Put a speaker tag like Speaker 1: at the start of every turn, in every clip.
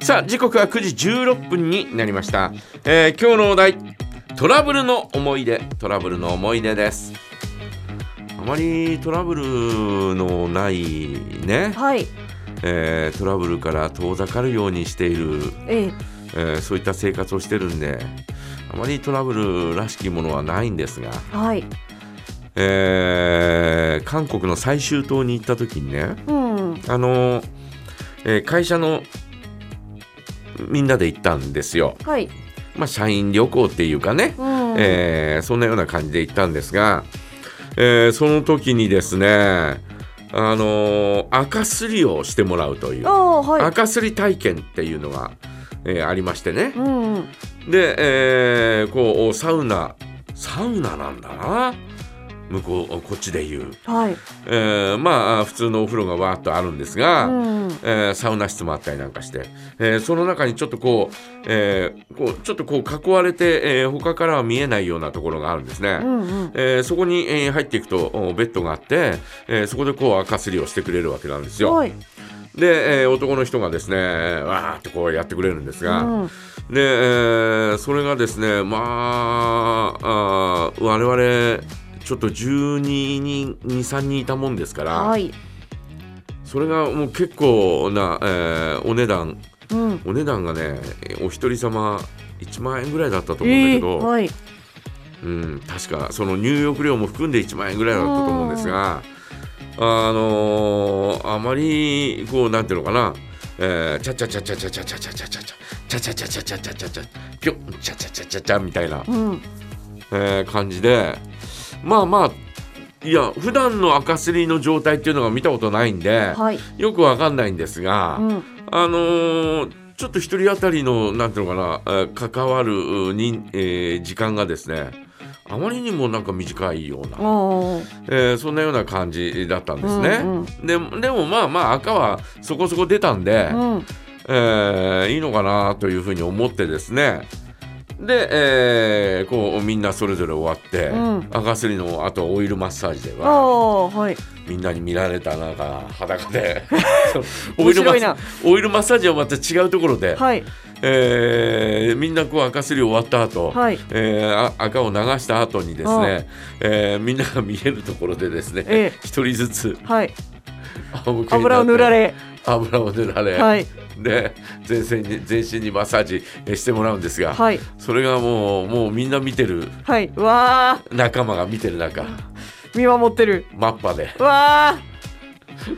Speaker 1: さあ時刻は9時16分になりました、えー今日のお題トラブルの思い出トラブルの思い出ですあまりトラブルのないね、
Speaker 2: はい、
Speaker 1: えートラブルから遠ざかるようにしている、
Speaker 2: ええ、
Speaker 1: えーそういった生活をしてるんであまりトラブルらしきものはないんですが、
Speaker 2: はい、
Speaker 1: えー韓国の最終島に行った時にね、
Speaker 2: うん、
Speaker 1: あのえー会社のみんなで行ったんですよ。
Speaker 2: はい、
Speaker 1: まあ、社員旅行っていうかね、
Speaker 2: うん、
Speaker 1: えーそんなような感じで行ったんですが、えーその時にですね、あのー赤すりをしてもらうという、
Speaker 2: ああ、はい、
Speaker 1: 赤すり体験っていうのが、えーありましてね
Speaker 2: う。ん、うん、
Speaker 1: で、えーこうサウナサウナなんだな向こうこっちで言う、
Speaker 2: はい、
Speaker 1: えーまあ普通のお風呂がわーっとあるんですが。
Speaker 2: うん、
Speaker 1: えーサウナ室もあったりなんかして、えーその中にちょっとこう,、えーこうちょっとこう囲われて、えー他からは見えないようなところがあるんですね。
Speaker 2: うん、うん、
Speaker 1: えーそこに、えー入っていくとおベッドがあって、えーそこでこう赤すりをしてくれるわけなんですよ。
Speaker 2: はい、
Speaker 1: で、えー男の人がですねわーってこうやってくれるんです
Speaker 2: う
Speaker 1: が、
Speaker 2: ん、
Speaker 1: で、えーそれがですねまああー我々ちょっと12人23人いたもんですから、
Speaker 2: はい、
Speaker 1: それがもう結構な、えーお値段
Speaker 2: うん、
Speaker 1: お値段がねお一人様1万円ぐらいだったと思うんだ
Speaker 2: え
Speaker 1: け
Speaker 2: え、
Speaker 1: ど、
Speaker 2: はい、
Speaker 1: うん、確かその入浴料も含んで1万円ぐらいだったと思うんですがあのーあまりこうなんていうのかなえー、チャチャチャチャチャチャチャチャチャチャチャチャチャチャチャチャチャチャピョンチャチャチャチャチャみたいな、
Speaker 2: うん、
Speaker 1: えー感じでまあまあいや普段の赤すりの状態っていうのが見たことないんで
Speaker 2: はい、
Speaker 1: よくわかんないんですが、
Speaker 2: うん、
Speaker 1: あのーちょっと一人当たりの、なんていうのかな、えー関わるう人、えー時間がですね、あまりにもなんか短いような、
Speaker 2: あ
Speaker 1: えーそんなような感じだったんです
Speaker 2: うん
Speaker 1: ね。ででもまあまあ赤はそこそこ出たんで
Speaker 2: あ、、うん、
Speaker 1: えーいいのかなというふうに思ってですね、で、えーこうみんなそれぞれ終わって、
Speaker 2: うん
Speaker 1: 赤すりのあとオイルマッサージで
Speaker 2: あ
Speaker 1: は
Speaker 2: あ、はい、
Speaker 1: みんなに見られたなんか裸 で そのオ
Speaker 2: 面
Speaker 1: イルマ
Speaker 2: 白い
Speaker 1: ッ
Speaker 2: な、
Speaker 1: オイルマッサージはまた違うところで、
Speaker 2: はい、
Speaker 1: えーみんなこう赤すり終わった後、
Speaker 2: はい
Speaker 1: えーあ赤を流した後にです
Speaker 2: は
Speaker 1: ね、えーみんなが見えるところでですね、
Speaker 2: ええ
Speaker 1: 一人ずつ
Speaker 2: はい、
Speaker 1: 仰向けになって
Speaker 2: 油を塗られ、
Speaker 1: 油を塗られ、
Speaker 2: はい、
Speaker 1: で全身に全身にマッサージえーしてもらうんですが、
Speaker 2: はい、
Speaker 1: それがもうもうみんな見てる
Speaker 2: はい、わあ、
Speaker 1: 仲間が見てる中
Speaker 2: 見守ってる、
Speaker 1: マッパで
Speaker 2: わあ、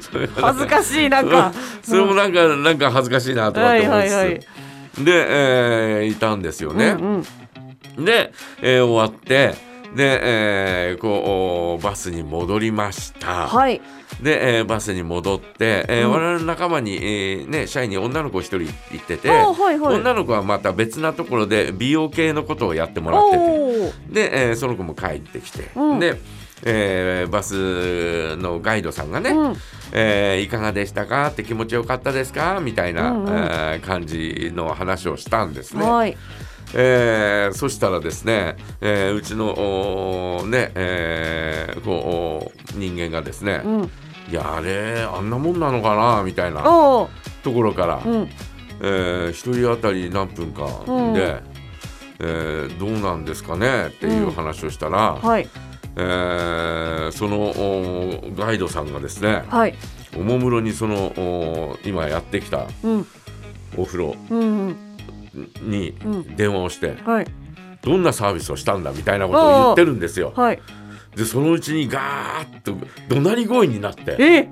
Speaker 1: それがなん、
Speaker 2: 恥ずかしい、なんか
Speaker 1: それもなんかなんか恥ずかしいなとかって思いつつ、
Speaker 2: はいはいは
Speaker 1: で、えーいたんですよ
Speaker 2: うん、
Speaker 1: ね。
Speaker 2: うん、うん、
Speaker 1: で、えー終わってで、えーこうおバスに戻りました、
Speaker 2: はい、
Speaker 1: で、えーバスに戻って、えー
Speaker 2: うん
Speaker 1: 我々の仲間に、えーね、社員に女の子一人行ってて、
Speaker 2: ああ、はい、はい、
Speaker 1: 女の子はまた別なところで美容系のことをやってもらってて
Speaker 2: おお、
Speaker 1: で、えーその子も帰ってきて、
Speaker 2: うん
Speaker 1: で、えーバスのガイドさんがね、
Speaker 2: うん、
Speaker 1: えーいかがでしたかって気持ちよかったですかみたいな、
Speaker 2: うんうん
Speaker 1: えー感じの話をしたんですね。
Speaker 2: はい、
Speaker 1: えーそしたらですね、えーうちのおーね、えーこうおー人間がですね、
Speaker 2: うん、
Speaker 1: いやあれあんなもんなのかなみたいな
Speaker 2: おお、
Speaker 1: ところから、
Speaker 2: うん、
Speaker 1: えー一人当たり何分かで、
Speaker 2: うん
Speaker 1: えーどうなんですかねっていう話をしたら、
Speaker 2: はい、
Speaker 1: えーそのおーガイドさんがですね
Speaker 2: はい、
Speaker 1: おもむろにそのおー今やってきた
Speaker 2: うん、
Speaker 1: お風呂
Speaker 2: うん、うん、
Speaker 1: に
Speaker 2: うん
Speaker 1: 電話をして、
Speaker 2: はい、
Speaker 1: どんなサービスをしたんだみたいなことを言ってるんですよ。
Speaker 2: はい、
Speaker 1: でそのうちにガーッと怒鳴り声になって
Speaker 2: え、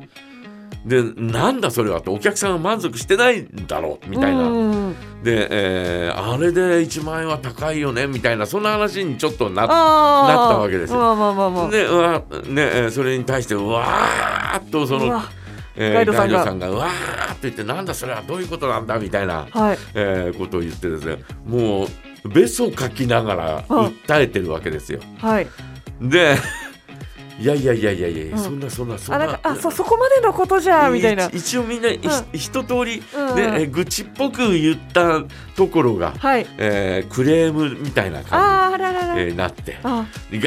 Speaker 1: でなんだそれはってお客さんは満足してないんだろうみたいな
Speaker 2: うん
Speaker 1: で、えーあれで1万円は高いよねみたいなそんな話にちょっとなって
Speaker 2: あー
Speaker 1: なったわけですよ
Speaker 2: まあまあまあまあ。
Speaker 1: でうわねえーそれに対してうわーっとそうの
Speaker 2: わ、
Speaker 1: えー
Speaker 2: ガイドさんが
Speaker 1: さんがうわーっと言ってなんだそれはどういうことなんだみたいな、
Speaker 2: はい。
Speaker 1: えーことを言ってですねもうべそかきながら訴えてるわけですよ。
Speaker 2: はい。
Speaker 1: でいやいやいやいやいや、
Speaker 2: うん
Speaker 1: そんなそんなそん
Speaker 2: あ、
Speaker 1: な
Speaker 2: なんか、あ、そ、そこまでのことじゃ、みたいな。
Speaker 1: 一一応みんな、い
Speaker 2: うん
Speaker 1: 一通り、ね
Speaker 2: うん
Speaker 1: え愚痴っぽく言ったところが、
Speaker 2: はい。
Speaker 1: えークレームみたいな感
Speaker 2: あー、あらら
Speaker 1: じ
Speaker 2: ら
Speaker 1: に、え
Speaker 2: ら。
Speaker 1: ーなって
Speaker 2: あ、
Speaker 1: ガー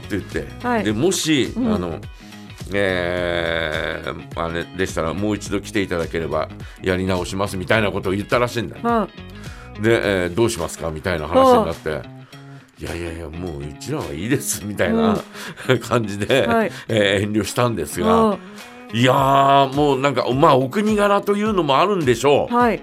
Speaker 1: ッと言って、
Speaker 2: はい
Speaker 1: でもし、
Speaker 2: うん
Speaker 1: あのえーあれでしたらもう一度来ていただければやり直しますみたいなことを言ったらしいんだよ
Speaker 2: うん
Speaker 1: で、えーどうしますかみたいな話になって、いやいやいや、もううちらはいいですみたいな感じで、
Speaker 2: はい
Speaker 1: えー遠慮したんですが、
Speaker 2: うん
Speaker 1: いやー、もうなんか、まあ、お国柄というのもあるんでしょう。
Speaker 2: はい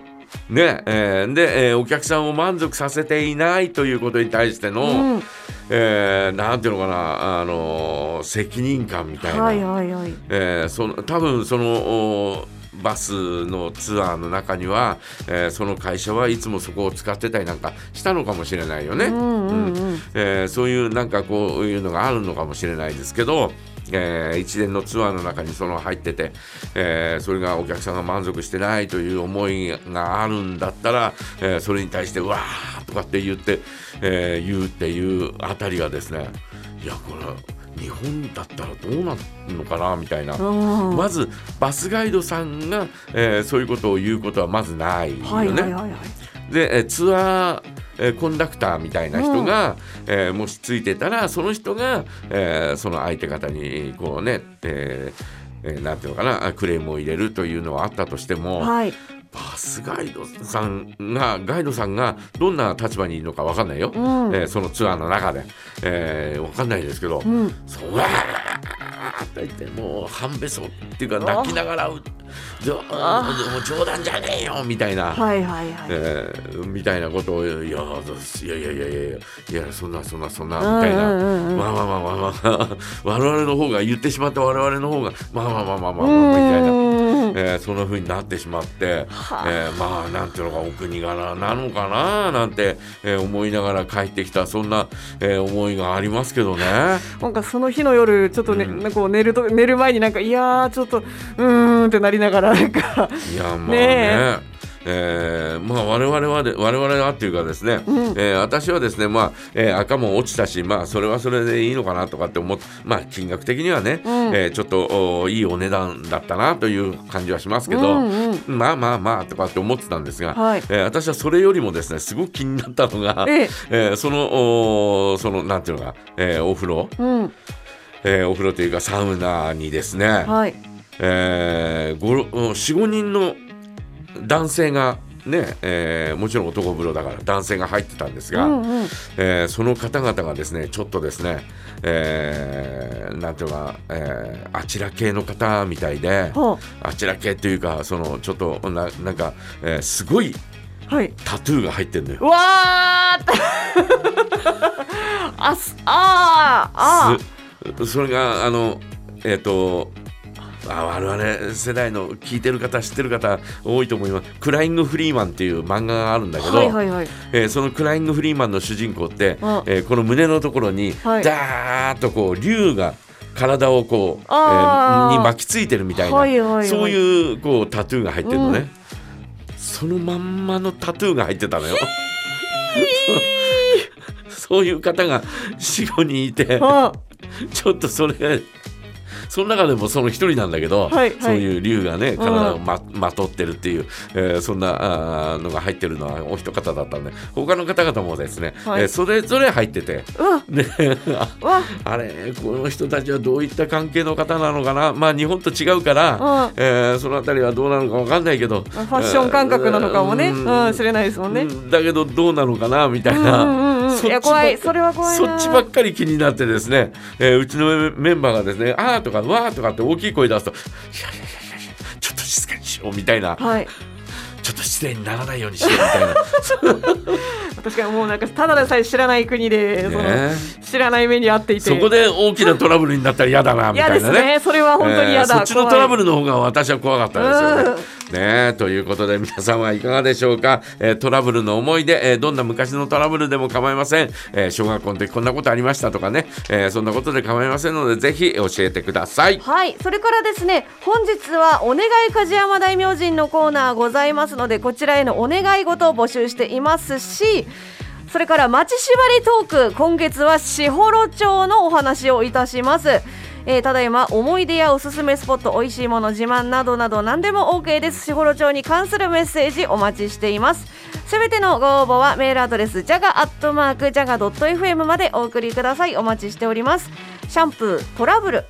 Speaker 1: ねえーで、えーお客さんを満足させていないということに対しての、
Speaker 2: うん
Speaker 1: えーなんていうのかな、あのー責任感みたいな、
Speaker 2: はいはいはい
Speaker 1: えーその多分そのおバスのツアーの中には、えーその会社はいつもそこを使ってたりなんかしたのかもしれないよね。
Speaker 2: うんうんうん
Speaker 1: えーそういうなんかこういうのがあるのかもしれないですけど、えー一連のツアーの中にその入ってて、えーそれがお客さんが満足してないという思いがあるんだったら、えーそれに対して「うわー」とかって言って、えー言うっていうあたりがですねいやこれ日本だったらどうなるのかなみたいな。
Speaker 2: うん
Speaker 1: まずバスガイドさんが、えーそういうことを言うことはまずないよね。
Speaker 2: はいはいはいはい
Speaker 1: でえーツアーえーコンダクターみたいな人が、えーもしついてたらその人が、えーその相手方にこうね、えーえーなんていうのかなあクレームを入れるというのはあったとしても、
Speaker 2: はい
Speaker 1: バスガイドさんがガイドさんがどんな立場にいるのかわかんないよ、
Speaker 2: うん
Speaker 1: えーそのツアーの中で、えーわかんないですけど、
Speaker 2: うん
Speaker 1: そうわーって言ってもう半べそっていうか泣きながらうじょもう冗談じゃねえよみたいな。
Speaker 2: はいはいはい
Speaker 1: えーみたいなことをいやいやいやいやいやいやいやそんなそんなそんな
Speaker 2: うん
Speaker 1: みたいな、
Speaker 2: うんうんうん
Speaker 1: わわわわわわ 我々の方が言ってしまった我々の方がまあまあまあまあまあまあみたいな。
Speaker 2: うん
Speaker 1: えーそんな風になってしまって、え
Speaker 2: はあ
Speaker 1: ーまあなんていうのかお国柄なのかななんて、えー思いながら帰ってきたそんな、えー思いがありますけどね。
Speaker 2: なんかその日の夜ちょっとね、
Speaker 1: うん
Speaker 2: なんかこう寝ると寝る前になんかいやーちょっとうーんってなりながらなんか
Speaker 1: いやまあね
Speaker 2: ねえ
Speaker 1: えーまあ我々はで我々はっていうかですね、
Speaker 2: うん
Speaker 1: えー私はですねまあ、えー赤も落ちたしまあそれはそれでいいのかなとかって思ってまあ金額的にはね、
Speaker 2: うん
Speaker 1: えーちょっとおいいお値段だったなという感じはしますけど、
Speaker 2: うんうん
Speaker 1: まあまあまあとかって思ってたんですが、
Speaker 2: はい
Speaker 1: えー私はそれよりもですねすごく気になったのが、
Speaker 2: ええ
Speaker 1: えーそのおそのなんていうのか、えーお風呂、
Speaker 2: うん
Speaker 1: えーお風呂というかサウナにですね、
Speaker 2: はい
Speaker 1: えー、ごろ45人の男性がね、えーもちろん男風呂だから男性が入ってたんです
Speaker 2: う
Speaker 1: が、
Speaker 2: んうん
Speaker 1: えーその方々がですねちょっとですね、えーなんていうのか、えーあちら系の方みたいで
Speaker 2: は
Speaker 1: あちら系というかそのちょっとななんか、えーすごい
Speaker 2: あはい
Speaker 1: タトゥーが入ってるのよ。
Speaker 2: わーっと あすあーあー
Speaker 1: すそれがあのえっ、とあ我々世代の聞いてる方知ってる方多いと思います「クライング・フリーマン」っていう漫画があるんだけど、
Speaker 2: はいはいはい
Speaker 1: えーそのクライング・フリーマンの主人公って、
Speaker 2: うん
Speaker 1: えーこの胸のところに
Speaker 2: はい
Speaker 1: ダーッとこう竜が体をこう、え
Speaker 2: あ
Speaker 1: ー
Speaker 2: ー
Speaker 1: に巻きついてるみたいな、
Speaker 2: はいはいはい
Speaker 1: そういうこうタトゥーが入ってるのね、
Speaker 2: うん
Speaker 1: そのまんまのタトゥーが入ってたのよ。 そういう方が45人い て。
Speaker 2: あ
Speaker 1: ちょっとそれその中でもその一人なんだけど、
Speaker 2: はいはい
Speaker 1: そういう竜がね体をま,、まとってるっていう、えーそんなあーのが入ってるのはお一方だったんで他の方々もですね、
Speaker 2: はい
Speaker 1: えーそれぞれ入ってて。
Speaker 2: うわ
Speaker 1: ね、
Speaker 2: うわ
Speaker 1: あ れこの人たちはどういった関係の方なのかなまあ日本と違うから、
Speaker 2: うん
Speaker 1: えーそのあたりはどうなのかわかんないけどフ
Speaker 2: ファッション感覚なのかもねうん知れないですもんね
Speaker 1: だけどどうなのかなみたいな、
Speaker 2: うんうんうん
Speaker 1: そ
Speaker 2: い
Speaker 1: っちばっ
Speaker 2: や怖いそれは怖い
Speaker 1: そ
Speaker 2: な
Speaker 1: っちばっかり気になってですね、えーうちのメンバーがですね、あーとか、わーとかって大きい声出すと、いやいやいやいや、ちょっと静かにしようみたいな、
Speaker 2: はい
Speaker 1: ちょっと失礼にならないようにしようみ たいな。
Speaker 2: 確かにもうなんかただでさえ知らない国で、その
Speaker 1: ね
Speaker 2: 知らない目に遭っていて
Speaker 1: そこで大きなトラブルになったら嫌だなみた
Speaker 2: 嫌で
Speaker 1: いな
Speaker 2: す
Speaker 1: ね。
Speaker 2: ねそれは本当に嫌だ、
Speaker 1: えーそっちのトラブ
Speaker 2: ル
Speaker 1: ルの方が私は怖かったですよね。ねえということで皆さんはいかがでしょうか、えートラブルの思い出、えーどんな昔のトラブルでも構いません、えー小学校の時こんなことありましたとかね、えーそんなことで構いませんのでぜひ教えてください。
Speaker 3: はい、それからですね、本日はお願い梶山大明神のコーナーございますので、こちらへのお願い事を募集していますし、それから町縛りトーク、今月は士幌町のお話をいたします。えーただいま思い出やおすすめスポット美味しいもの自慢などなど何でも OK です士幌町に関するメッセージお待ちしていますすべてのご応募はメールアドレス jaga.jaga.fm までお送りくださいお待ちしておりますシャンプートラブル